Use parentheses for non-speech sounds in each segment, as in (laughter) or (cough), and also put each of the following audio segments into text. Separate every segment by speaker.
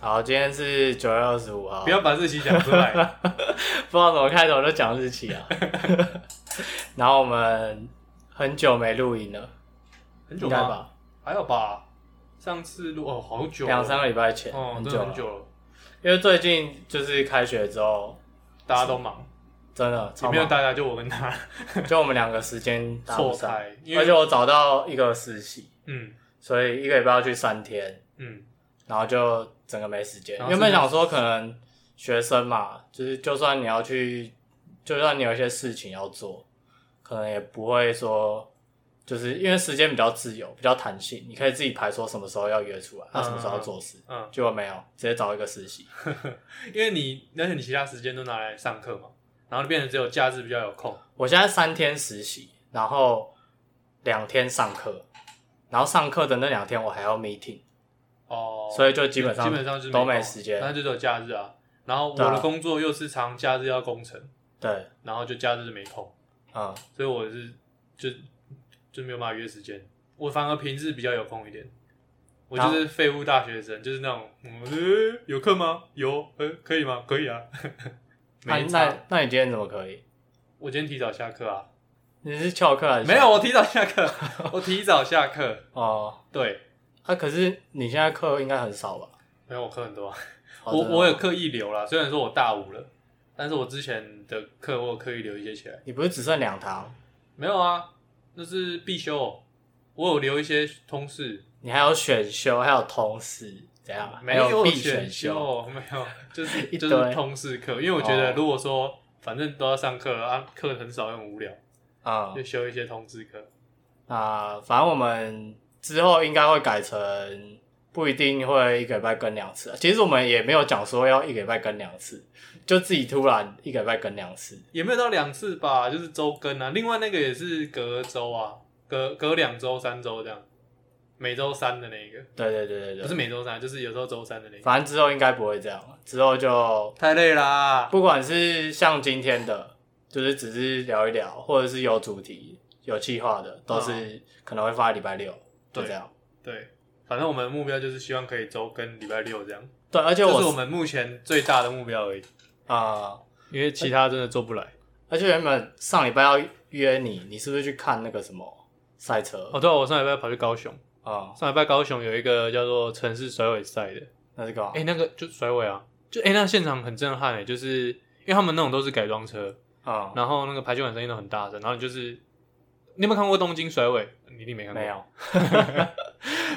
Speaker 1: 好，今天是九月二十五号，
Speaker 2: 不要把日期讲出
Speaker 1: (laughs)
Speaker 2: 来。
Speaker 1: 不知道怎么开头就讲日期
Speaker 2: (laughs)
Speaker 1: 啊。然后我们很久没录音了，
Speaker 2: 很久
Speaker 1: 应该
Speaker 2: 吗？
Speaker 1: 吧？
Speaker 2: 还有吧？上次录哦，好久哦，
Speaker 1: 两三个礼拜前，
Speaker 2: 哦，
Speaker 1: 很
Speaker 2: 真
Speaker 1: 久
Speaker 2: 的
Speaker 1: 了
Speaker 2: 很久了，
Speaker 1: 因为最近就是开学之后，
Speaker 2: 大家都忙，
Speaker 1: 真的
Speaker 2: 也
Speaker 1: 超
Speaker 2: 没
Speaker 1: (laughs)
Speaker 2: 有
Speaker 1: 忙，
Speaker 2: 大家，就我跟他
Speaker 1: 就我们两个时间搭不
Speaker 2: 错
Speaker 1: 上，
Speaker 2: 开，因
Speaker 1: 而且
Speaker 2: 为
Speaker 1: 我找到一个实习，
Speaker 2: 嗯
Speaker 1: 所以一个礼拜要去三天，
Speaker 2: 嗯，
Speaker 1: 然后就整个没时间
Speaker 2: 然。后
Speaker 1: 原本
Speaker 2: 是
Speaker 1: 想说可能学生嘛，就是就算你要去，就算你有一些事情要做，可能也不会说，就是因为时间比较自由，比较弹性，你可以自己排说什么时候要约出来，那、
Speaker 2: 嗯
Speaker 1: 什么时候要做事。
Speaker 2: 嗯
Speaker 1: 结果没有，直接找一个实习。
Speaker 2: 因为你而且你其他时间都拿来上课嘛，然后变成只有假日比较有空，
Speaker 1: 我现在三天实习，然后两天上课，然后上课的那两天我还要 meeting，
Speaker 2: 哦，
Speaker 1: 所以就基本上
Speaker 2: 基本上就是
Speaker 1: 都没
Speaker 2: 空
Speaker 1: 时间
Speaker 2: 那就只有假日啊。然后我
Speaker 1: 对啊
Speaker 2: 的工作又是常假日要工程，
Speaker 1: 对，
Speaker 2: 然后就假日没空，
Speaker 1: 嗯，
Speaker 2: 所以我是就就没有办法约时间。我反而平日比较有空一点，我就是废物大学生，就是那种嗯、呃有课吗？有，呃，可以吗？可
Speaker 1: (laughs)
Speaker 2: 以啊。
Speaker 1: 那
Speaker 2: 没
Speaker 1: 那
Speaker 2: 差，
Speaker 1: 那你今天怎么可以？
Speaker 2: 我今天提早下课啊，
Speaker 1: 你是翘课还是
Speaker 2: (laughs) 没有，我提早下
Speaker 1: (laughs)
Speaker 2: 课，我提早下课。
Speaker 1: 哦，
Speaker 2: 对，
Speaker 1: 啊，可是你现在课应该很少吧？
Speaker 2: 没有我课很多啊，
Speaker 1: 哦
Speaker 2: 我
Speaker 1: 真的吗
Speaker 2: 我有刻意留啦，虽然说我大五了，但是我之前的课我有刻意留一些起来。
Speaker 1: 你不是只剩两堂，
Speaker 2: 没有啊，那是必修。哦我有留一些通识，
Speaker 1: 你还有选修，还有通识，怎样？
Speaker 2: 没
Speaker 1: 还
Speaker 2: 有
Speaker 1: 必
Speaker 2: 选
Speaker 1: 修，，
Speaker 2: 没有， (laughs) 就是
Speaker 1: 一堆
Speaker 2: 就是通识课。因为我觉
Speaker 1: 哦
Speaker 2: 得，如果说反正都要上课了啊，课很少，又很无聊，
Speaker 1: 嗯
Speaker 2: 就，修一些通识课。
Speaker 1: 那反正我们之后应该会改成不一定会一个礼拜更两次啊。其实我们也没有讲说要一个礼拜更两次，就自己突然一个礼拜更两次。
Speaker 2: 也没有到两次吧，就是周更啊。另外那个也是隔周啊，隔隔两周、三周这样，每周三的那个，
Speaker 1: 对对对对
Speaker 2: 不是
Speaker 1: 对，
Speaker 2: 每周三，就是有时候周三的那个。
Speaker 1: 反正之后应该不会这样了，之后就
Speaker 2: 太累啦，
Speaker 1: 不管是像今天的，就是只是聊一聊，或者是有主题、有计划的，都是可能会放在礼拜六，就
Speaker 2: 嗯对
Speaker 1: 这样。
Speaker 2: 对，反正我们的目标就是希望可以周更礼拜六这样，
Speaker 1: 对，而且
Speaker 2: 这
Speaker 1: 我
Speaker 2: 是我们目前最大的目标而已。
Speaker 1: 啊、
Speaker 2: 因为其他真的做不来。
Speaker 1: 而且原本上礼拜要约你，你是不是去看那个什么赛车
Speaker 2: 哦，对啊、我上礼拜跑去高雄，
Speaker 1: 啊、
Speaker 2: 上礼拜高雄有一个叫做城市甩尾赛的，
Speaker 1: 那是干嘛
Speaker 2: 哎、？那个就甩尾啊，就哎、那现场很震撼哎、就是因为他们那种都是改装车，
Speaker 1: 啊、
Speaker 2: 然后那个排气管声音都很大声，然后你就是你有没有看过东京甩尾？你一定没看过，
Speaker 1: 没，
Speaker 2: (laughs)
Speaker 1: 有，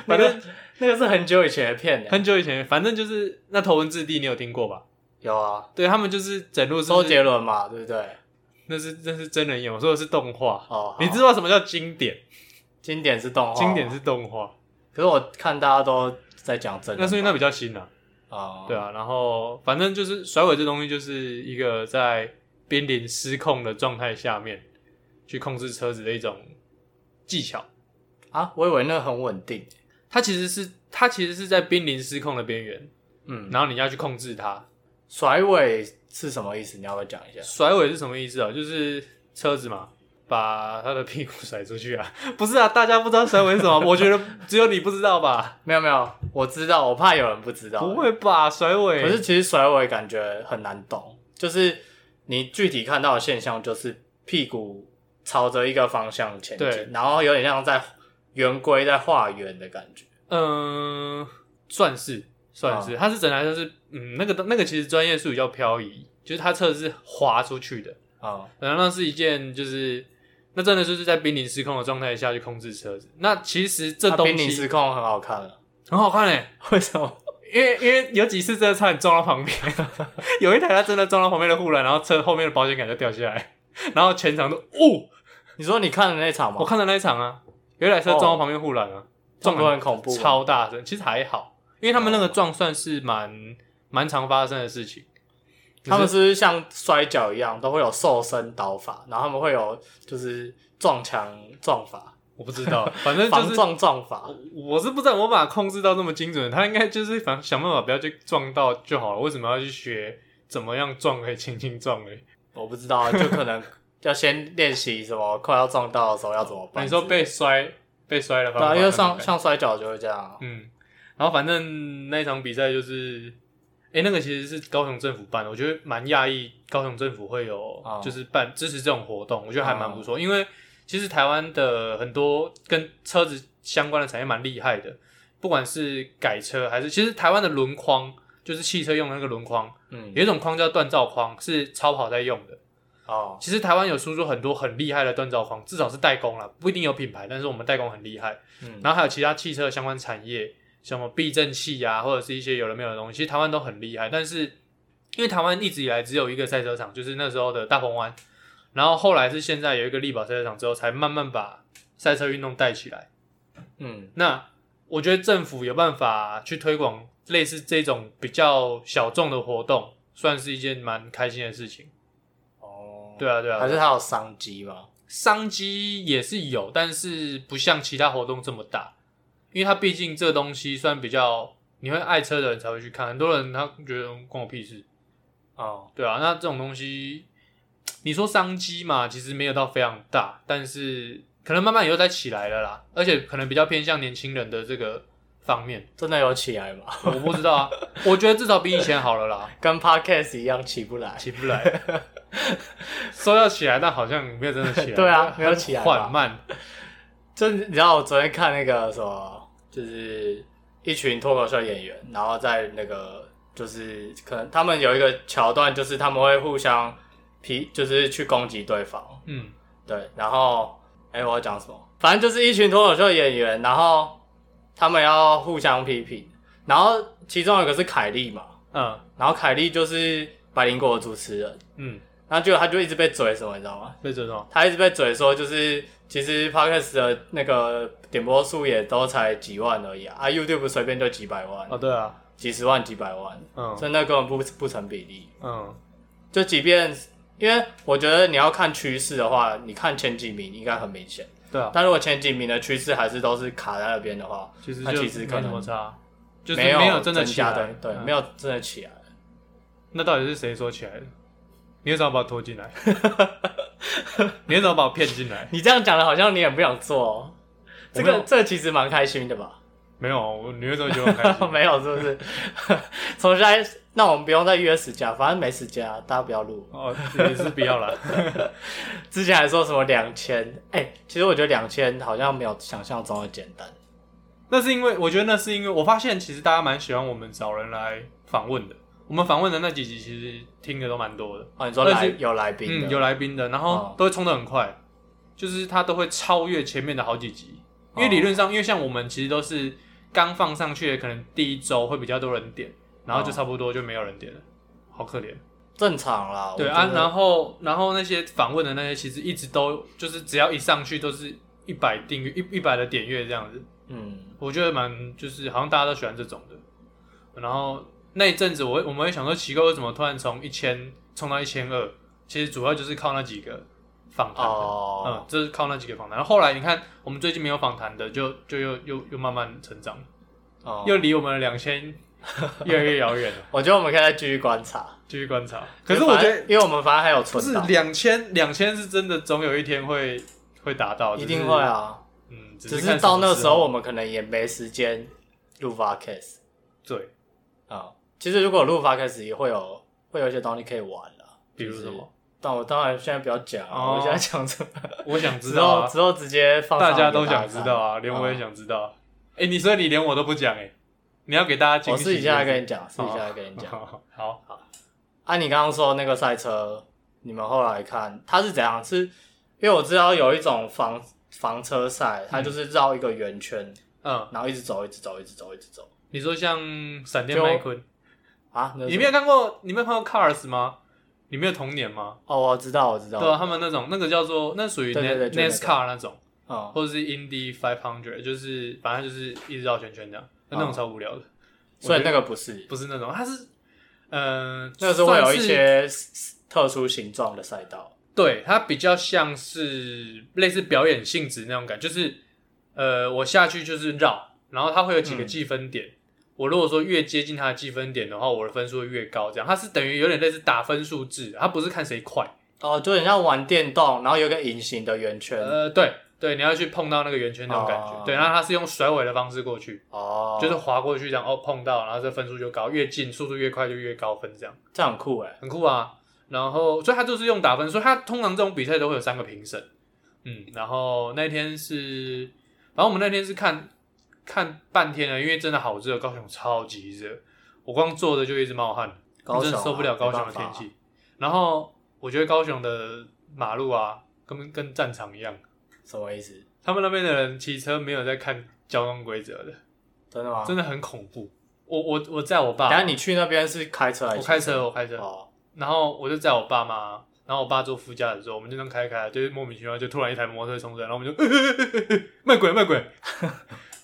Speaker 2: 反正
Speaker 1: 那个是很久以前的片呢。
Speaker 2: 很久以前，反正就是那头文字 D 你有听过吧？
Speaker 1: 有啊，
Speaker 2: 对他们就是整路是
Speaker 1: 周杰伦嘛，对不对？
Speaker 2: 那是那是真人演，我说的是动画。
Speaker 1: 哦，
Speaker 2: 你知
Speaker 1: 道
Speaker 2: 道什么叫经典？
Speaker 1: 经典是动画，
Speaker 2: 经典，是动画，
Speaker 1: 可是我看大家都在讲真人
Speaker 2: 那
Speaker 1: 版，
Speaker 2: 是因为那比较新啊。
Speaker 1: 啊，
Speaker 2: 对啊，然后反正就是甩尾这东西，就是一个在濒临失控的状态下面去控制车子的一种技巧。
Speaker 1: 啊，我以为那很稳定，
Speaker 2: 它其实是它其实是在濒临失控的边缘，
Speaker 1: 嗯，
Speaker 2: 然后你要去控制它。
Speaker 1: 甩尾是什么意思？你要不要讲一下？
Speaker 2: 甩尾是什么意思啊？就是车子嘛，把它的屁股甩出去啊？ (laughs) 不是啊，大家不知道甩尾是什么？我觉得只有你不知道吧？
Speaker 1: 没有没有，我知道，我怕有 (laughs) 人不知道。
Speaker 2: 不会吧？甩尾
Speaker 1: 可是其实甩尾感觉很难懂，就是你具体看到的现象就是屁股朝着一个方向前
Speaker 2: 对
Speaker 1: 进，然后有点像在圆规在画圆的感觉。
Speaker 2: 嗯、算是算
Speaker 1: 哦
Speaker 2: 是，它是整台车是，嗯，那个那个其实专业术语叫漂移，就是它车子是滑出去的，
Speaker 1: 啊、
Speaker 2: 然后那是一件就是，那真的就是在濒临失控的状态下去控制车子。那其实这
Speaker 1: 它
Speaker 2: 东
Speaker 1: 啊濒临
Speaker 2: 西
Speaker 1: 失控很好看了，
Speaker 2: 很好看嘞，
Speaker 1: 为什么？ (laughs)
Speaker 2: 因为因为有几次真的差点撞到旁边， (laughs) 有一台它真的撞到旁边的护栏，然后车后面的保险杆就掉下来，然后全场都哦，
Speaker 1: 你说你看的那场
Speaker 2: 我
Speaker 1: 吗？
Speaker 2: 看的那一场啊，有一台车撞
Speaker 1: 哦
Speaker 2: 到旁边护栏啊，
Speaker 1: 撞
Speaker 2: 撞得
Speaker 1: 得很恐怖，
Speaker 2: 超大声，其实还好，因为他们那个撞算是蛮蛮常发生的事情。
Speaker 1: 他们是不是像摔跤一样都会有瘦身倒法，然后他们会有就是撞墙撞法、
Speaker 2: 我不知 (laughs) 道，反正就
Speaker 1: 防
Speaker 2: 是
Speaker 1: 撞撞法。
Speaker 2: 我是不知道我把它控制到那么精准，他应该就是反想办法不要去撞到就好了。为什么要去学怎么样撞可以轻轻撞嘞？
Speaker 1: 我不知道，就可能 (laughs) 要先练习什么快要撞到的时候要怎么办。
Speaker 2: 哎你说被摔被摔了，
Speaker 1: 对啊，因为上像摔跤就会这样啊，
Speaker 2: 嗯，然后反正那一场比赛就是，哎、那个其实是高雄政府办的，我觉得蛮讶异，高雄政府会有
Speaker 1: 哦
Speaker 2: 就是办支持这种活动，我觉得还蛮不错。因为其实台湾的很多跟车子相关的产业蛮厉害的，不管是改车还是其实台湾的轮框，就是汽车用的那个轮框，
Speaker 1: 嗯，
Speaker 2: 有一种框叫锻造框，是超跑在用的。
Speaker 1: 哦，
Speaker 2: 其实台湾有输出很多很厉害的锻造框，至少是代工啦，不一定有品牌，但是我们代工很厉害。
Speaker 1: 嗯，
Speaker 2: 然后还有其他汽车相关产业，什么避震器啊，或者是一些有的没有的东西，其实台湾都很厉害。但是因为台湾一直以来只有一个赛车场，就是那时候的大鹏湾，然后后来是现在有一个力宝赛车场之后，才慢慢把赛车运动带起来。
Speaker 1: 嗯
Speaker 2: 那我觉得政府有办法去推广类似这种比较小众的活动，算是一件蛮开心的事情。
Speaker 1: 哦，
Speaker 2: 对啊，对啊，
Speaker 1: 还是它有商机吧？
Speaker 2: 商机也是有，但是不像其他活动这么大，因为它毕竟这东西算比较你会爱车的人才会去看，很多人他觉得关我屁事，
Speaker 1: 哦，
Speaker 2: 对啊，那这种东西，你说商机嘛，其实没有到非常大，但是可能慢慢也又在起来了啦，而且可能比较偏向年轻人的这个方面，
Speaker 1: 真的有起来吗？ (laughs)
Speaker 2: 我不知道啊，我觉得至少比以前好了啦，
Speaker 1: 跟 podcast 一样起不来，
Speaker 2: 起不来，说要起来，但好像没有真的起
Speaker 1: (laughs)
Speaker 2: 来，
Speaker 1: 对啊没有起来吧
Speaker 2: 缓慢，
Speaker 1: 就你知道，我昨天看那个什么，就是一群脱口秀演员，然后在那个就是可能他们有一个桥段，就是他们会互相批，就是去攻击对方。
Speaker 2: 嗯
Speaker 1: 对，然后哎、我要讲什么？反正就是一群脱口秀演员，然后他们要互相批评，然后其中有一个是凯莉嘛，
Speaker 2: 嗯
Speaker 1: 然后凯莉就是百灵果的主持人，
Speaker 2: 嗯，
Speaker 1: 然后就他就一直被嘴什么，你知道吗？
Speaker 2: 被尊重。
Speaker 1: 他一直被嘴说，就是其实 podcast 的那个点播数也都才几万而已啊，啊 YouTube 随便就几百万、
Speaker 2: 哦，对啊，
Speaker 1: 几十万、几百万，
Speaker 2: 嗯
Speaker 1: 所以那根本不不成比例。
Speaker 2: 嗯
Speaker 1: 就即便因为我觉得你要看趋势的话，你看前几名应该很明显，
Speaker 2: 对啊，
Speaker 1: 但如果前几名的趋势还是都是卡在那边的话，
Speaker 2: 其实
Speaker 1: 那
Speaker 2: 就
Speaker 1: 其实
Speaker 2: 没
Speaker 1: 可
Speaker 2: 什么
Speaker 1: 能
Speaker 2: 差，就是
Speaker 1: 没
Speaker 2: 没有真
Speaker 1: 增
Speaker 2: 的起
Speaker 1: 加
Speaker 2: 来，嗯
Speaker 1: 的，对，没
Speaker 2: 有。
Speaker 1: 有真的起来。
Speaker 2: 那到底是谁说起来的？你为什么把我拖进来？ (laughs) 你为什么把我骗进来？
Speaker 1: 你这样讲的好像你也不想做、哦，
Speaker 2: 我
Speaker 1: 这
Speaker 2: 没有
Speaker 1: 个这个其实蛮开心的吧？ (laughs)
Speaker 2: 没有，我你为什么觉得我很开 (laughs) 心？
Speaker 1: 没有，是不 (laughs) 是？从现在，那我们不用再约时间，反正没时间啊，大家不要录。
Speaker 2: 哦，也是不要了。
Speaker 1: 之前还说什么两千，哎，其实我觉得两千好像没有想象中的简单。
Speaker 2: (laughs) 那是因为我觉得那是因为我发现其实大家蛮喜欢我们找人来访问的。我们访问的那几集其实听的都蛮多的，
Speaker 1: 哦，你说
Speaker 2: 但
Speaker 1: 来
Speaker 2: 是
Speaker 1: 有来宾的，
Speaker 2: 嗯，有来宾的，然后
Speaker 1: 哦
Speaker 2: 都会冲得很快，就是他都会超越前面的好几集。
Speaker 1: 哦
Speaker 2: 因为理论上，因为像我们其实都是刚放上去，可能第一周会比较多人点，然后就
Speaker 1: 哦
Speaker 2: 差不多就没有人点了，好可怜。
Speaker 1: 正常啦。
Speaker 2: 对
Speaker 1: 我
Speaker 2: 啊
Speaker 1: 觉，得
Speaker 2: 然后然后那些访问的那些，其实一直都就是只要一上去都是一百订阅一一百的点阅这样子，
Speaker 1: 嗯，
Speaker 2: 我觉得蛮就是好像大家都喜欢这种的。然后那一阵子我会我们会想说奇怪，为什么突然从一千冲到一千二？其实主要就是靠那几个访谈的，
Speaker 1: 哦
Speaker 2: 嗯，就是靠那几个访谈。然后后来你看，我们最近没有访谈的，就就又又又慢慢成长，
Speaker 1: 哦，
Speaker 2: 又离我们的两
Speaker 1: (laughs)
Speaker 2: 千越来越遥远了。
Speaker 1: 我觉得我们可以再继续观察。
Speaker 2: 继续观察，可是我
Speaker 1: 因为
Speaker 2: 觉
Speaker 1: 反正
Speaker 2: 得
Speaker 1: 因为我们反正还有
Speaker 2: 不
Speaker 1: 存
Speaker 2: 是
Speaker 1: 档，
Speaker 2: 两千，两千是真的，总有一天会会达到，
Speaker 1: 一
Speaker 2: 哦只
Speaker 1: 定
Speaker 2: 是
Speaker 1: 会，啊。
Speaker 2: 嗯，
Speaker 1: 只
Speaker 2: 是看
Speaker 1: 是到
Speaker 2: 什么
Speaker 1: 那时候，我们可能也没时间录 podcast
Speaker 2: 对，
Speaker 1: 啊、其实如果录 podcast 也会有会有一些东西可以玩了，
Speaker 2: 比如什
Speaker 1: 就是
Speaker 2: 么？
Speaker 1: 但我当然现在不要讲、啊，
Speaker 2: 哦
Speaker 1: 我现在讲什么？
Speaker 2: 我想 (laughs) 知
Speaker 1: 之
Speaker 2: 道啊
Speaker 1: 后，之后直接放上
Speaker 2: 大
Speaker 1: 给
Speaker 2: 家
Speaker 1: 家
Speaker 2: 都想知道啊，连我也
Speaker 1: 哦
Speaker 2: 想知道。哎、你说你连我都不讲哎、你要给大家
Speaker 1: 看。
Speaker 2: 惊
Speaker 1: 我
Speaker 2: 喜。
Speaker 1: 私底下来跟你
Speaker 2: 你
Speaker 1: 讲，私底下来跟你讲。
Speaker 2: 好，好
Speaker 1: 啊，你刚刚说那个赛车，你们后来看它是怎样？是因为我知道有一种房房车赛，它就是绕一个圆圈，
Speaker 2: 嗯，
Speaker 1: 然后一直走，一直走，一直走，一直走
Speaker 2: 你说像闪电
Speaker 1: 就
Speaker 2: 麦昆，
Speaker 1: 啊。那是
Speaker 2: 你没有看过？你没有看过 Cars 吗？你没有童年吗？
Speaker 1: 哦，我知道，我知道。
Speaker 2: 对啊，他们那种那个叫做那属于
Speaker 1: 对对
Speaker 2: N
Speaker 1: 对就是那
Speaker 2: NASCAR 那种，
Speaker 1: 嗯，
Speaker 2: 或者是 Indy Five Hundred，就是反正就是一直绕圈圈这样，那
Speaker 1: 哦
Speaker 2: 种超无聊的。
Speaker 1: 所以那个不是，
Speaker 2: 不是那种，它是呃，
Speaker 1: 那个是会有
Speaker 2: 算
Speaker 1: 一
Speaker 2: 是
Speaker 1: 些 s- s- 特殊形状的赛道。
Speaker 2: 对，它比较像是类似表演性质那种感觉，就是呃，我下去就是绕，然后它会有几个
Speaker 1: 嗯
Speaker 2: 计分点。我如果说越接近它的计分点的话，我的分数会越高，这样它是等于有点类似打分数制，它不是看谁快。
Speaker 1: 哦，就很像玩电动，然后有一个隐形的圆圈。
Speaker 2: 呃，对对，你要去碰到那个圆圈那种感觉。
Speaker 1: 哦
Speaker 2: 对，然后它是用甩尾的方式过去，
Speaker 1: 哦，
Speaker 2: 就是滑过去这样，哦，碰到，然后这分数就高，越近速度越快就越高分，这样
Speaker 1: 这样很酷哎，
Speaker 2: 很酷啊。然后，所以他就是用打分，所以他通常这种比赛都会有三个评审，嗯，然后那天是，反正我们那天是看看半天啊了，因为真的好热，高雄超级热，我光坐着就一直冒汗，
Speaker 1: 高
Speaker 2: 真
Speaker 1: 雄
Speaker 2: 的
Speaker 1: 啊
Speaker 2: 受不了高雄的天。
Speaker 1: 没办法
Speaker 2: 气。然后我觉得高雄的马路啊，跟跟战场一样，
Speaker 1: 什么意思？
Speaker 2: 他们那边的人骑车没有在看交通规则的，
Speaker 1: 真的吗？
Speaker 2: 真的很恐怖。我我我载我爸，
Speaker 1: 等一下你去那边是开车还是
Speaker 2: 我开车我开车，
Speaker 1: 哦，
Speaker 2: 然后我就载我爸妈，然后我爸坐副驾的时候，我们就这样开开，就是莫名其妙就突然一台摩托车冲出来，然后我们就 (laughs) 卖鬼卖鬼，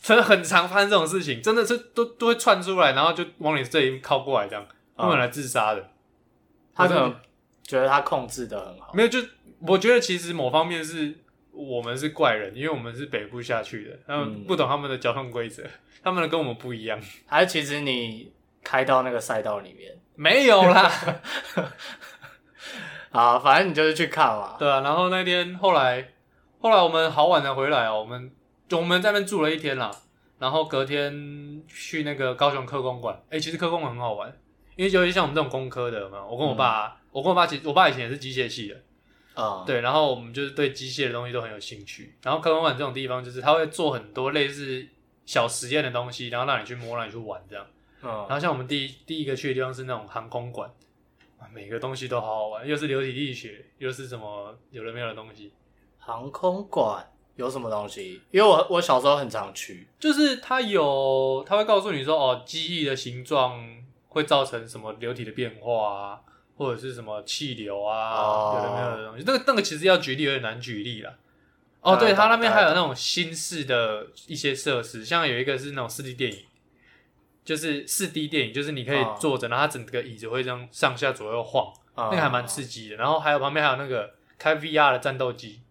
Speaker 2: 真的很常发生这种事情，真的是都都会窜出来，然后就往你这里靠过来这样，他们来自杀的。
Speaker 1: 他可能觉得他控制的很好。
Speaker 2: 没有，就我觉得其实某方面是我们是怪人，因为我们是北部下去的，他们
Speaker 1: 嗯
Speaker 2: 不懂他们的交通规则，他们的跟我们不一样。
Speaker 1: 还是其实你开到那个赛道里面
Speaker 2: 没有啦，
Speaker 1: 啊，反正你就是去看嘛。
Speaker 2: 对啊。然后那天后来，后来我们好晚才回来哦，我们就我们在那边住了一天啦，然后隔天去那个高雄科工馆。哎、其实科工馆很好玩，因为尤其像我们这种工科的，有没有？我跟我爸，我跟我爸其实我爸以前也是机械系的，
Speaker 1: 嗯，
Speaker 2: 对，然后我们就是对机械的东西都很有兴趣。然后科工馆这种地方，就是他会做很多类似小实验的东西，然后让你去摸，让你去玩这样。然
Speaker 1: 嗯，
Speaker 2: 后像我们第一第一个去的地方是那种航空馆，哇每个东西都好好玩，又是流体力学，又是什么有的没有的东西，
Speaker 1: 航空馆有什么东西？因为我我小时候很常去，
Speaker 2: 就是它有，它会告诉你说，哦，机翼的形状会造成什么流体的变化啊，或者是什么气流啊，
Speaker 1: 哦
Speaker 2: 有的没有的东西。那个那个其实要举例有点难举例啦。哦，
Speaker 1: 大概
Speaker 2: 对，
Speaker 1: 懂
Speaker 2: 它那边
Speaker 1: 大
Speaker 2: 还
Speaker 1: 概
Speaker 2: 有那种新式的一些设施，像有一个是那种四 D 电影，就是四 D 电影，就是你可以
Speaker 1: 哦
Speaker 2: 坐着，然后它整个椅子会这样上下左右晃，那
Speaker 1: 那
Speaker 2: 个还蛮刺激的。然后还有旁边还有那个开 VR 的战斗机，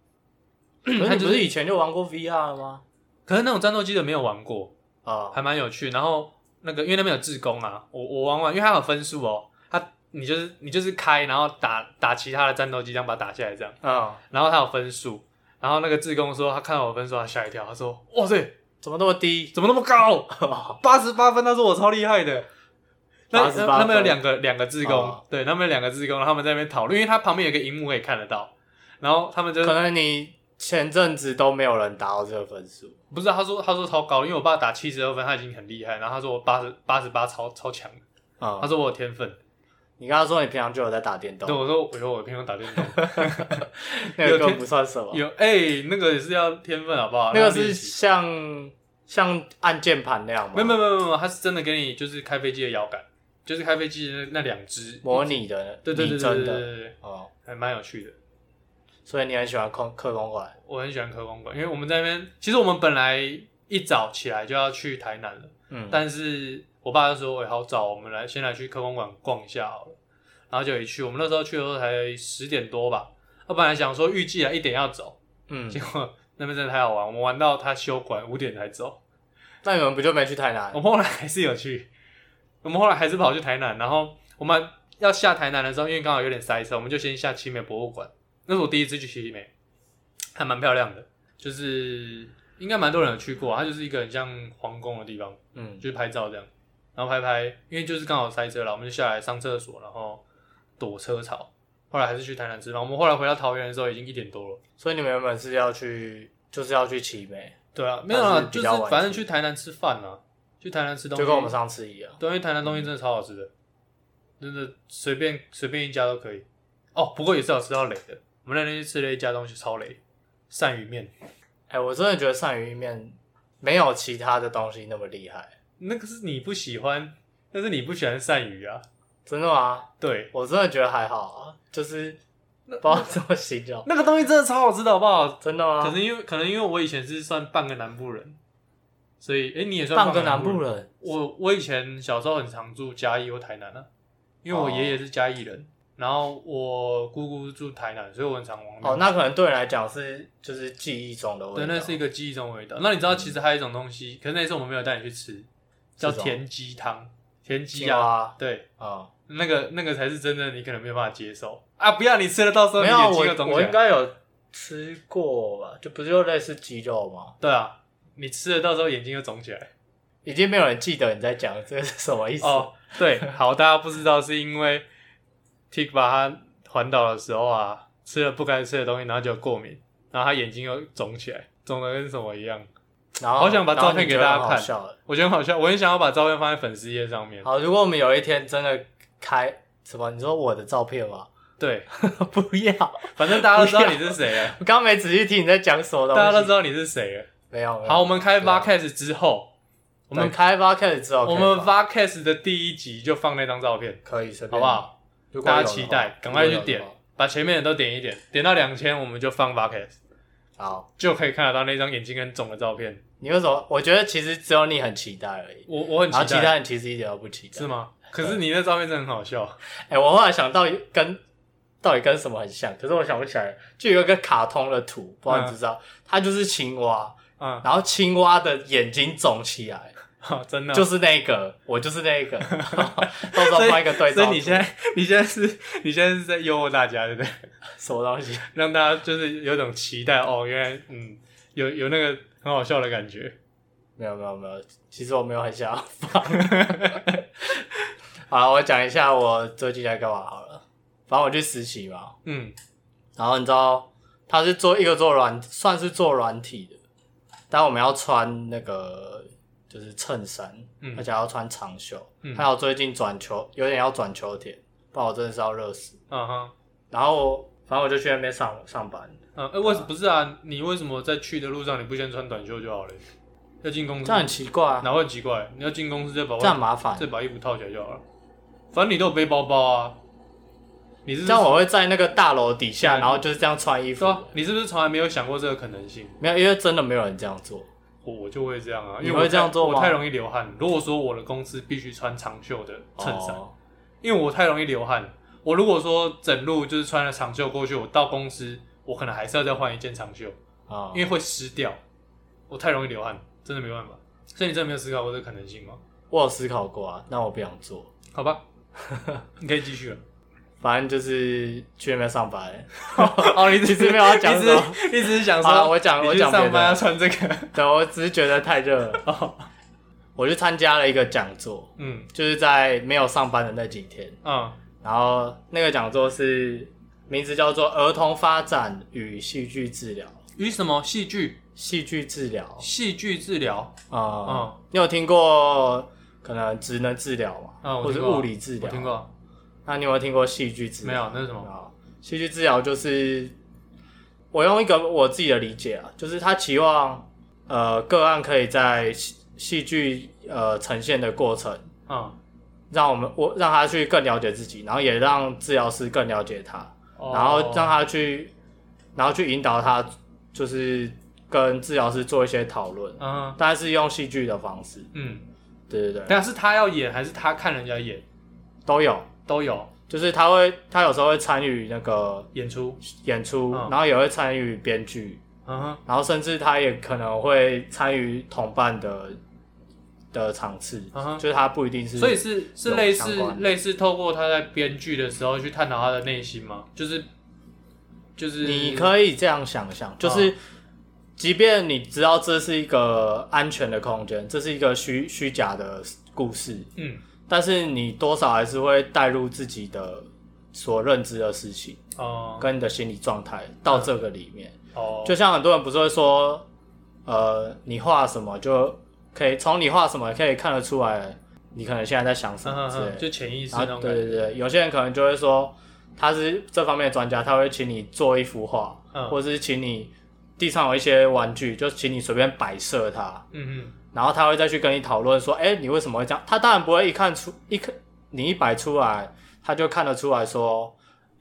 Speaker 1: 激。可
Speaker 2: 它
Speaker 1: 是你
Speaker 2: 就
Speaker 1: 不
Speaker 2: 是
Speaker 1: 是以前就玩过 VR 了吗？
Speaker 2: 可是那种战斗机的没有玩过，
Speaker 1: 啊，
Speaker 2: 还蛮有趣。然后那个因为那边有志工啊，我我玩玩，因为它有分数哦，它你就是你就是开，然后打打其他的战斗机，这样把它打下来这样，
Speaker 1: 嗯，
Speaker 2: 然后它有分数。然后那个志工说，他看到我分数，他吓一跳，他说：“哇塞，
Speaker 1: 怎么那么
Speaker 2: (laughs)
Speaker 1: 低？
Speaker 2: 怎么那么高？八十八分！”他说：“我超厉害的。那”
Speaker 1: 88
Speaker 2: 那
Speaker 1: 分
Speaker 2: 那边有两个两个志工，
Speaker 1: 哦
Speaker 2: 对，那边有两个志工，然后他们在那边讨论，因为他旁边有一个荧幕可以看得到，然后他们就
Speaker 1: 可能你前阵子都没有人达到这个分数。
Speaker 2: 不是，他说他说超高，因为我爸打七十二分，他已经很厉害，然后他说我八十八十八超超强，
Speaker 1: 啊
Speaker 2: 他，说我有天分，
Speaker 1: 你刚刚说你平常就有在打电
Speaker 2: 对，
Speaker 1: 动，
Speaker 2: 我说我有我啊平常打电动，
Speaker 1: 那个根本不算什么，
Speaker 2: (laughs) 有哎、那个也是要天分好不好？
Speaker 1: 那个
Speaker 2: 然后
Speaker 1: 是
Speaker 2: 练习
Speaker 1: 像像按键盘那样吗？
Speaker 2: 没有没有没有没有，他是真的给你就是开飞机的摇杆，就是开飞机的那那两只，
Speaker 1: 模拟的，
Speaker 2: 对对对
Speaker 1: 拟
Speaker 2: 对对
Speaker 1: 真
Speaker 2: 对
Speaker 1: 的
Speaker 2: 对对，
Speaker 1: 哦。
Speaker 2: 还蛮有趣的。
Speaker 1: 所以你很喜欢空客空馆
Speaker 2: 我很喜欢科工馆，因为我们在那边，其实我们本来一早起来就要去台南了。
Speaker 1: 嗯，
Speaker 2: 但是我爸就说：“哎、好早，我们来先来去科工馆逛一下好了。”然后就一去，我们那时候去的时候才十点多吧。我本来想说预计啊一点要走，
Speaker 1: 嗯
Speaker 2: 结，果那边真的太好玩，我们玩到他休馆五点才走。
Speaker 1: 那你们不就没去台南
Speaker 2: 我？们后来还是有去，我们后来还是跑去台南，然后我们要下台南的时候，因为刚好有点塞车，我们就先下奇美博物馆。那是我第一次去奇美，还蛮漂亮的，就是应该蛮多人有去过，它就是一个很像皇宫的地方。
Speaker 1: 嗯，
Speaker 2: 就是拍照这样，然后拍拍，因为就是刚好塞车了，我们就下来上厕所，然后躲车潮。后来还是去台南吃饭。我们后来回到桃园的时候已经一点多了。
Speaker 1: 所以你们原本是要去，就是要去奇美，
Speaker 2: 对啊，没有啊，
Speaker 1: 但是
Speaker 2: 就
Speaker 1: 比
Speaker 2: 是
Speaker 1: 较晚
Speaker 2: 反正去台南吃饭啊，去台南吃东西，
Speaker 1: 就跟我们上次一样。
Speaker 2: 对，因为台南东西真的超好吃的，真的随便随便一家都可以。哦，不过也是有吃到雷的。我们那天去吃了一家东西超雷，鳝鱼面，
Speaker 1: 哎、我真的觉得鳝鱼意面没有其他的东西那么厉害，
Speaker 2: 那个是你不喜欢，但是你不喜欢鳝鱼啊。
Speaker 1: 真的吗？
Speaker 2: 对，
Speaker 1: 我真的觉得还好啊，就是不知道怎么形容，
Speaker 2: 那个东西真的超好吃的，好不好？
Speaker 1: 真的
Speaker 2: 可
Speaker 1: 吗？
Speaker 2: 能因为可能因为我以前是算半个南部人，所以哎、诶你也算
Speaker 1: 半
Speaker 2: 个
Speaker 1: 个南部
Speaker 2: 人。
Speaker 1: 人，
Speaker 2: 我我以前小时候很常住嘉义或台南啊，因为我
Speaker 1: 哦
Speaker 2: 爷爷是嘉义人，然后我姑姑住台南，所以我很常往那边
Speaker 1: 哦，那可能对你来讲是就是记忆中的味
Speaker 2: 嗯对，
Speaker 1: 道。嗯
Speaker 2: 那是一个记忆中的味道。那你知道其实还有一种东西，可是那次我们没有带你去吃，叫
Speaker 1: 是什么
Speaker 2: 田鸡汤，田鸡
Speaker 1: 青
Speaker 2: 啊，
Speaker 1: 蛙
Speaker 2: 对，
Speaker 1: 啊，
Speaker 2: 那个那个才是真的，你可能没有办法接受啊！不要你吃了，到时候
Speaker 1: 没
Speaker 2: 你
Speaker 1: 有
Speaker 2: 眼
Speaker 1: 啊
Speaker 2: 睛又
Speaker 1: 我
Speaker 2: 肿
Speaker 1: 我
Speaker 2: 起
Speaker 1: 应
Speaker 2: 来。
Speaker 1: 该有吃过吧，就不是就类似鸡肉吗？
Speaker 2: 对啊，你吃了到时候眼睛又肿起来。
Speaker 1: 已经没有人记得你在讲这个是什么意思。
Speaker 2: 哦，对，好，大家不知道是因为 Tik 把他环岛的时候啊，吃了不该吃的东西，然后就过敏，然后他眼睛又肿起来，肿的跟什么一样。
Speaker 1: 然后
Speaker 2: 好想把照
Speaker 1: 然
Speaker 2: 片
Speaker 1: 后你
Speaker 2: 给大家
Speaker 1: 就很好
Speaker 2: 看
Speaker 1: 笑了
Speaker 2: 我觉得很好笑，我很想要把照片放在粉丝页上面。
Speaker 1: 好，如果我们有一天真的开什么，你说我的照片吗？ (laughs)
Speaker 2: 对，
Speaker 1: 不要，
Speaker 2: 反正大家都知道你是谁了，
Speaker 1: 我 (laughs) 刚没仔细听你在讲什么东
Speaker 2: 大
Speaker 1: 西。
Speaker 2: 家都知道你是谁了。
Speaker 1: 没有。没有
Speaker 2: 好，我们开
Speaker 1: 对啊
Speaker 2: Podcast 之后，我
Speaker 1: 我们
Speaker 2: 们
Speaker 1: 开 podcast 之后可以
Speaker 2: 我
Speaker 1: 吧，
Speaker 2: 们 Podcast 的第一集就放那张照片，
Speaker 1: 可以随
Speaker 2: 好
Speaker 1: 便，
Speaker 2: 不？好？
Speaker 1: 如果有
Speaker 2: 大家
Speaker 1: 的话
Speaker 2: 期待，赶快去点
Speaker 1: 如果有的，
Speaker 2: 把前面的都点一点，点到两千我们就放 Podcast，
Speaker 1: 话好，
Speaker 2: 就可以看得到那张眼睛跟肿的照片。
Speaker 1: 你为什么？我觉得其实只有你很期待而已，
Speaker 2: 我我很
Speaker 1: 然后
Speaker 2: 期
Speaker 1: 其
Speaker 2: 待，
Speaker 1: 他人其实一点都不期待。
Speaker 2: 是？吗？可是你那照片真的很好笑，
Speaker 1: 哎、我后来想到跟到底跟什么很像，可是我想不起来了。就有一个卡通的图，不知道你知不知道，它就是青蛙，
Speaker 2: 嗯，
Speaker 1: 然后青蛙的眼睛肿起来，
Speaker 2: 好 (laughs) 真的哦。
Speaker 1: 就是那个，我就是那
Speaker 2: (laughs)
Speaker 1: 个。到时候放一个对照
Speaker 2: 所
Speaker 1: 图，
Speaker 2: 以你现在 (laughs) 你现在是你现在是在诱惑大家，对不对？ (laughs)
Speaker 1: 什么东西？
Speaker 2: 让大家就是有种期待哦，原来嗯有有那个很好笑的感觉。 (laughs)
Speaker 1: 没有没有没有，其实我没有很想要放。好了，我讲一下我最近在干嘛好了。反正我去实习嘛，
Speaker 2: 嗯，
Speaker 1: 然后你知道他是做一个做软，算是做软体的，但我们要穿那个就是衬衫，
Speaker 2: 嗯
Speaker 1: 而且要穿长袖。
Speaker 2: 嗯
Speaker 1: 还有最近转秋，有点要转秋天，不然我真的是要热死。
Speaker 2: 嗯哼，
Speaker 1: 然后反正我就去那边上上班，
Speaker 2: 嗯，哎、为什不是啊？你为什么在去的路上你不先穿短袖就好了？要进公司
Speaker 1: 这，样很奇怪啊，
Speaker 2: 哪会很奇怪？你要进公司再把
Speaker 1: 这样很麻烦。
Speaker 2: 再把衣服套起来就好了。反正你都有背包包啊，你是不
Speaker 1: 这
Speaker 2: 是
Speaker 1: 样我会在那个大楼底下，
Speaker 2: 嗯
Speaker 1: 然后就是这样穿衣服
Speaker 2: 对。啊？你是不是从来没有想过这个可能性？
Speaker 1: 没有，因为真的没有人这样做。
Speaker 2: 我我就会这样啊，因
Speaker 1: 你
Speaker 2: 为
Speaker 1: 会
Speaker 2: 我
Speaker 1: 这样
Speaker 2: 太
Speaker 1: 做吗
Speaker 2: 我太容易流汗。如果说我的公司必须穿长袖的衬衫，
Speaker 1: 哦
Speaker 2: 因为我太容易流汗。我如果说整路就是穿了长袖过去，我到公司我可能还是要再换一件长袖，
Speaker 1: 啊，
Speaker 2: 因为会湿掉。我太容易流汗，真的没办法。所以你真的没有思考过这个可能性吗？
Speaker 1: 我有思考过啊，但我不想做。
Speaker 2: 好吧， (laughs) 你可以继
Speaker 1: (laughs)
Speaker 2: 续了。
Speaker 1: 反正就是去那边上班。 (laughs)
Speaker 2: (laughs) 哦，你
Speaker 1: 其实没有要讲什么
Speaker 2: 一直一直想
Speaker 1: 好了，
Speaker 2: 说，
Speaker 1: 我讲
Speaker 2: 你
Speaker 1: 我
Speaker 2: 去
Speaker 1: 讲别
Speaker 2: 上班要
Speaker 1: 的。
Speaker 2: 穿这个。
Speaker 1: (laughs) 对，我只是觉得太热了。
Speaker 2: (laughs) 哦，
Speaker 1: 我去参加了一个讲座，
Speaker 2: 嗯
Speaker 1: 就是在没有上班的那几天。
Speaker 2: 嗯
Speaker 1: 然后那个讲座是名字叫做《儿童发展与戏剧治疗》，
Speaker 2: 与什么戏剧
Speaker 1: 戏剧治疗
Speaker 2: 戏剧治疗？
Speaker 1: 啊、
Speaker 2: 嗯
Speaker 1: 你有听过可能职能治疗嘛，
Speaker 2: 嗯，我
Speaker 1: 或
Speaker 2: 听
Speaker 1: 者
Speaker 2: 过
Speaker 1: 物理治疗？
Speaker 2: 我听。过，
Speaker 1: 那你有没有听过戏剧治疗？
Speaker 2: 没有那是什么？
Speaker 1: 啊，戏剧治疗就是我用一个我自己的理解啊，就是他期望呃个案可以在戏戏剧呃呈现的过程，
Speaker 2: 嗯，
Speaker 1: 让我们我让他去更了解自己，然后也让治疗师更了解他，
Speaker 2: 哦
Speaker 1: 然后让他去，然后去引导他，就是跟治疗师做一些讨论，
Speaker 2: 嗯
Speaker 1: 但是用戏剧的方式，
Speaker 2: 嗯。
Speaker 1: 对对对，
Speaker 2: 但是他要演还是他看人家演
Speaker 1: 都有，
Speaker 2: 都有
Speaker 1: 就是他会他有时候会参与那个
Speaker 2: 演出，
Speaker 1: 演出，
Speaker 2: 嗯
Speaker 1: 然后也会参与编剧。
Speaker 2: 嗯哼，
Speaker 1: 然后甚至他也可能会参与同伴的的场次，
Speaker 2: 嗯哼
Speaker 1: 就是他不一定是，
Speaker 2: 所以是是
Speaker 1: 有
Speaker 2: 类
Speaker 1: 相
Speaker 2: 似
Speaker 1: 关
Speaker 2: 类似透过他在编剧的时候去探讨他的内心吗？就是就是哦
Speaker 1: 你可以这样想象，就是即便你知道这是一个安全的空间，这是一个虚虚假的故事，
Speaker 2: 嗯
Speaker 1: 但是你多少还是会带入自己的所认知的事情
Speaker 2: 哦
Speaker 1: 跟你的心理状态到这个里面。
Speaker 2: 哦
Speaker 1: 就像很多人不是会说，呃，你画什么就可以从你画什么可以看得出来，你可能现在在想什
Speaker 2: 嗯
Speaker 1: 么
Speaker 2: 哼
Speaker 1: 之类
Speaker 2: 哼，
Speaker 1: 的。
Speaker 2: 就潜意识那
Speaker 1: 然后
Speaker 2: 种
Speaker 1: 对
Speaker 2: 感觉，
Speaker 1: 对对，有些人可能就会说他是这方面的专家，他会请你做一幅画，
Speaker 2: 嗯
Speaker 1: 或者是请你地上有一些玩具，就请你随便摆设它，
Speaker 2: 嗯
Speaker 1: 然后他会再去跟你讨论说，哎、你为什么会这样？他当然不会一看出一看你一摆出来，他就看得出来说，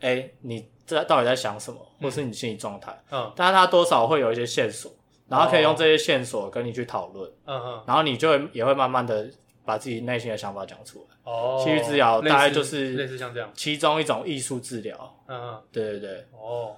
Speaker 1: 哎、你这到底在想什么，或是你心理状态。
Speaker 2: 哼嗯
Speaker 1: 但是他多少会有一些线索，然后可以
Speaker 2: 哦
Speaker 1: 用这些线索跟你去讨论，
Speaker 2: 嗯哼
Speaker 1: 然后你就会也会慢慢的把自己内心的想法讲出来。
Speaker 2: 哦，
Speaker 1: 戏剧治疗
Speaker 2: 类
Speaker 1: 大概
Speaker 2: 似
Speaker 1: 就是
Speaker 2: 类似像这样，
Speaker 1: 其中一种艺术治疗，
Speaker 2: 嗯哼
Speaker 1: 对对对。
Speaker 2: 哦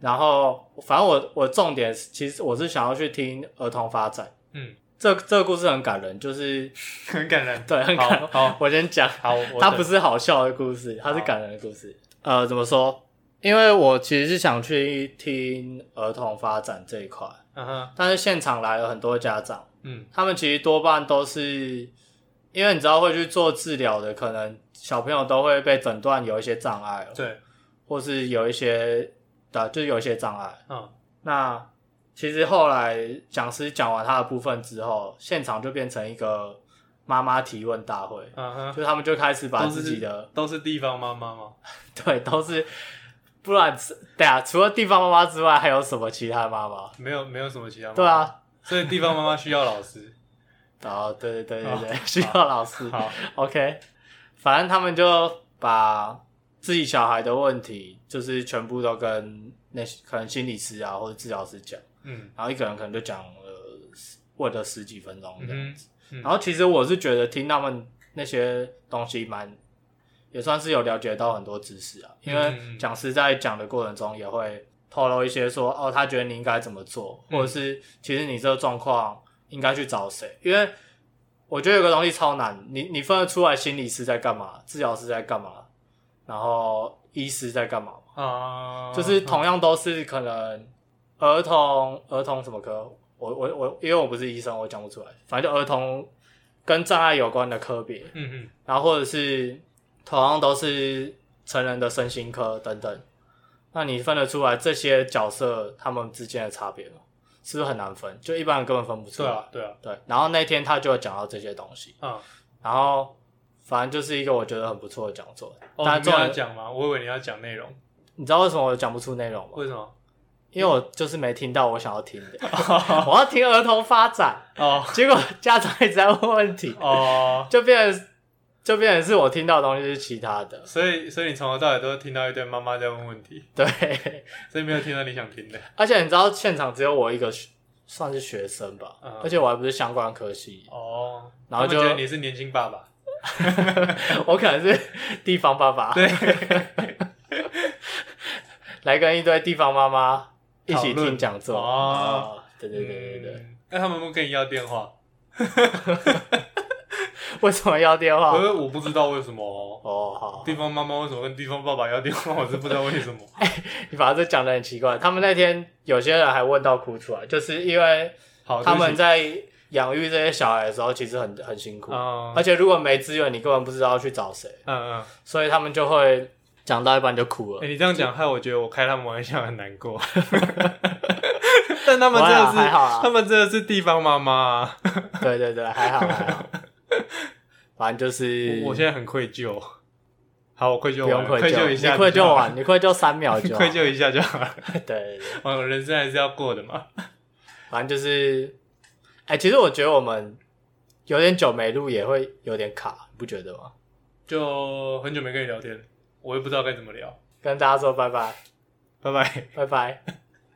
Speaker 1: 然后反正我我重点是其实我是想要去听儿童发展，
Speaker 2: 嗯，
Speaker 1: 这这个故事很感人，就是，
Speaker 2: 很感人
Speaker 1: (laughs) 对很感
Speaker 2: 好
Speaker 1: 人。
Speaker 2: 好
Speaker 1: 我先讲，
Speaker 2: 好，
Speaker 1: (laughs)
Speaker 2: 我
Speaker 1: 它不
Speaker 2: 等
Speaker 1: 是好笑的故事，它是
Speaker 2: 好
Speaker 1: 感人的故事。呃，怎么说？因为我其实是想去听儿童发展这一块，
Speaker 2: 嗯哼，
Speaker 1: 但是现场来了很多家长，
Speaker 2: 嗯
Speaker 1: 他们其实多半都是因为你知道会去做治疗的，可能小朋友都会被诊断有一些障碍哦，
Speaker 2: 对，
Speaker 1: 或是有一些的，就是有一些障碍。
Speaker 2: 嗯
Speaker 1: 那其实后来讲师讲完他的部分之后，现场就变成一个妈妈提问大会，
Speaker 2: 嗯哼，
Speaker 1: 就他们就开始把
Speaker 2: 都
Speaker 1: 自
Speaker 2: 是
Speaker 1: 己的
Speaker 2: 都是地方妈妈吗？
Speaker 1: (laughs) 对都是，不然对啊，除了地方妈妈之外，还有什么其他妈妈？
Speaker 2: 没有没有什么其他妈妈，
Speaker 1: 对，啊，
Speaker 2: (laughs) 所以地方妈妈需要
Speaker 1: (laughs)
Speaker 2: 老师。
Speaker 1: 然后对对对对对，(laughs)
Speaker 2: 好
Speaker 1: 需要老师。
Speaker 2: 好，
Speaker 1: OK，反正他们就把自己小孩的问题，就是全部都跟那些可能心理师啊或者治疗师讲，
Speaker 2: 嗯
Speaker 1: 然后一个人可能就讲了十问了十几分钟
Speaker 2: 嗯
Speaker 1: 这样
Speaker 2: 哼
Speaker 1: 子。
Speaker 2: 嗯
Speaker 1: 然后其实我是觉得听他们那些东西蛮，也算是有了解到很多知识啊，因为
Speaker 2: 嗯
Speaker 1: 讲师在讲的过程中也会透露一些说，哦，他觉得你应该怎么做，
Speaker 2: 嗯
Speaker 1: 或者是其实你这个状况应该去找谁，因为我觉得有个东西超难，你你分得出来心理师在干嘛，治疗师在干嘛，然后医师在干嘛吗
Speaker 2: 啊，
Speaker 1: 就是同样都是可能儿童儿童什么科，我我我，因为我不是医生，我讲不出来。反正就儿童跟障碍有关的科别，
Speaker 2: 嗯嗯
Speaker 1: 然后或者是同样都是成人的身心科等等。那你分得出来这些角色他们之间的差别吗？是不是很难分？就一般人根本分不出
Speaker 2: 对
Speaker 1: 来。
Speaker 2: 啊对啊，
Speaker 1: 对，然后那天他就有讲到这些东西，
Speaker 2: 啊，
Speaker 1: 然后反正就是一个我觉得很不错的讲座。
Speaker 2: 哦，
Speaker 1: 大家
Speaker 2: 你没有
Speaker 1: 重
Speaker 2: 要
Speaker 1: 点，
Speaker 2: 讲吗？我以为你要讲内容，
Speaker 1: 你知道为什么我讲不出内容吗？
Speaker 2: 为什么？
Speaker 1: 因为我就是没听到我想要听的， (laughs) 我要听儿童发展，
Speaker 2: 哦
Speaker 1: 结果家长一直在问问题，
Speaker 2: 哦，
Speaker 1: 就变成就变成是我听到的东西是其他的，
Speaker 2: 所以所以你从头到尾都听到一堆妈妈在问问题，
Speaker 1: 对， (laughs)
Speaker 2: 所以没有听到你想听的。
Speaker 1: 而且你知道现场只有我一个学算是学生吧，
Speaker 2: 嗯
Speaker 1: 而且我还不是相关科系， (laughs)
Speaker 2: 哦，
Speaker 1: 然后
Speaker 2: 他
Speaker 1: 就
Speaker 2: 们觉得你是年轻爸爸，
Speaker 1: 我可能是地方爸爸，
Speaker 2: 对，
Speaker 1: 来跟一堆地方妈妈一起
Speaker 2: 讨论
Speaker 1: 听讲座，
Speaker 2: 哦
Speaker 1: 啊对对对对对，
Speaker 2: 嗯。那他们不跟你要电话？
Speaker 1: 为什么要电话？
Speaker 2: 呃，我不知道为什么哦。
Speaker 1: 哦，好，
Speaker 2: 地方妈妈为什么跟地方爸爸要电话？我是不知道为
Speaker 1: (laughs)
Speaker 2: 什么。
Speaker 1: 你把这讲的很奇怪。他们那天有些人还问到哭出来，就是因为
Speaker 2: 好，
Speaker 1: 他们
Speaker 2: 哦对
Speaker 1: 在养育这些小孩的时候，其实很很辛
Speaker 2: 不
Speaker 1: 苦，
Speaker 2: 起嗯
Speaker 1: 而且如果没资源，你根本不知道去找谁，
Speaker 2: 嗯嗯，
Speaker 1: 所以他们就会讲到一半就哭
Speaker 2: 哎，
Speaker 1: 了。
Speaker 2: 你这样讲害我觉得我开他们玩笑很难过。
Speaker 1: (laughs)
Speaker 2: (laughs) 但他们真的
Speaker 1: 我还
Speaker 2: 是，
Speaker 1: 好啊
Speaker 2: 他们真的是地方妈妈啊。
Speaker 1: 对对对，还好还
Speaker 2: (laughs)
Speaker 1: 好，反正就是
Speaker 2: 我我现在很愧疚。好，我愧疚
Speaker 1: 不
Speaker 2: 完
Speaker 1: 用
Speaker 2: 了，
Speaker 1: 愧
Speaker 2: 愧疚一下
Speaker 1: 你
Speaker 2: 就好，
Speaker 1: 愧疚
Speaker 2: (laughs)
Speaker 1: 完，你愧疚三秒就好
Speaker 2: 愧疚一下就好了。
Speaker 1: 对对对，
Speaker 2: 我人生还是要过的嘛。
Speaker 1: 反正就是，哎、其实我觉得我们有点久没录也会有点卡，你不觉得吗？
Speaker 2: 就很久没跟你聊天，我也不知道该怎么聊。
Speaker 1: 跟大家说拜拜，
Speaker 2: 拜拜。
Speaker 1: 拜拜。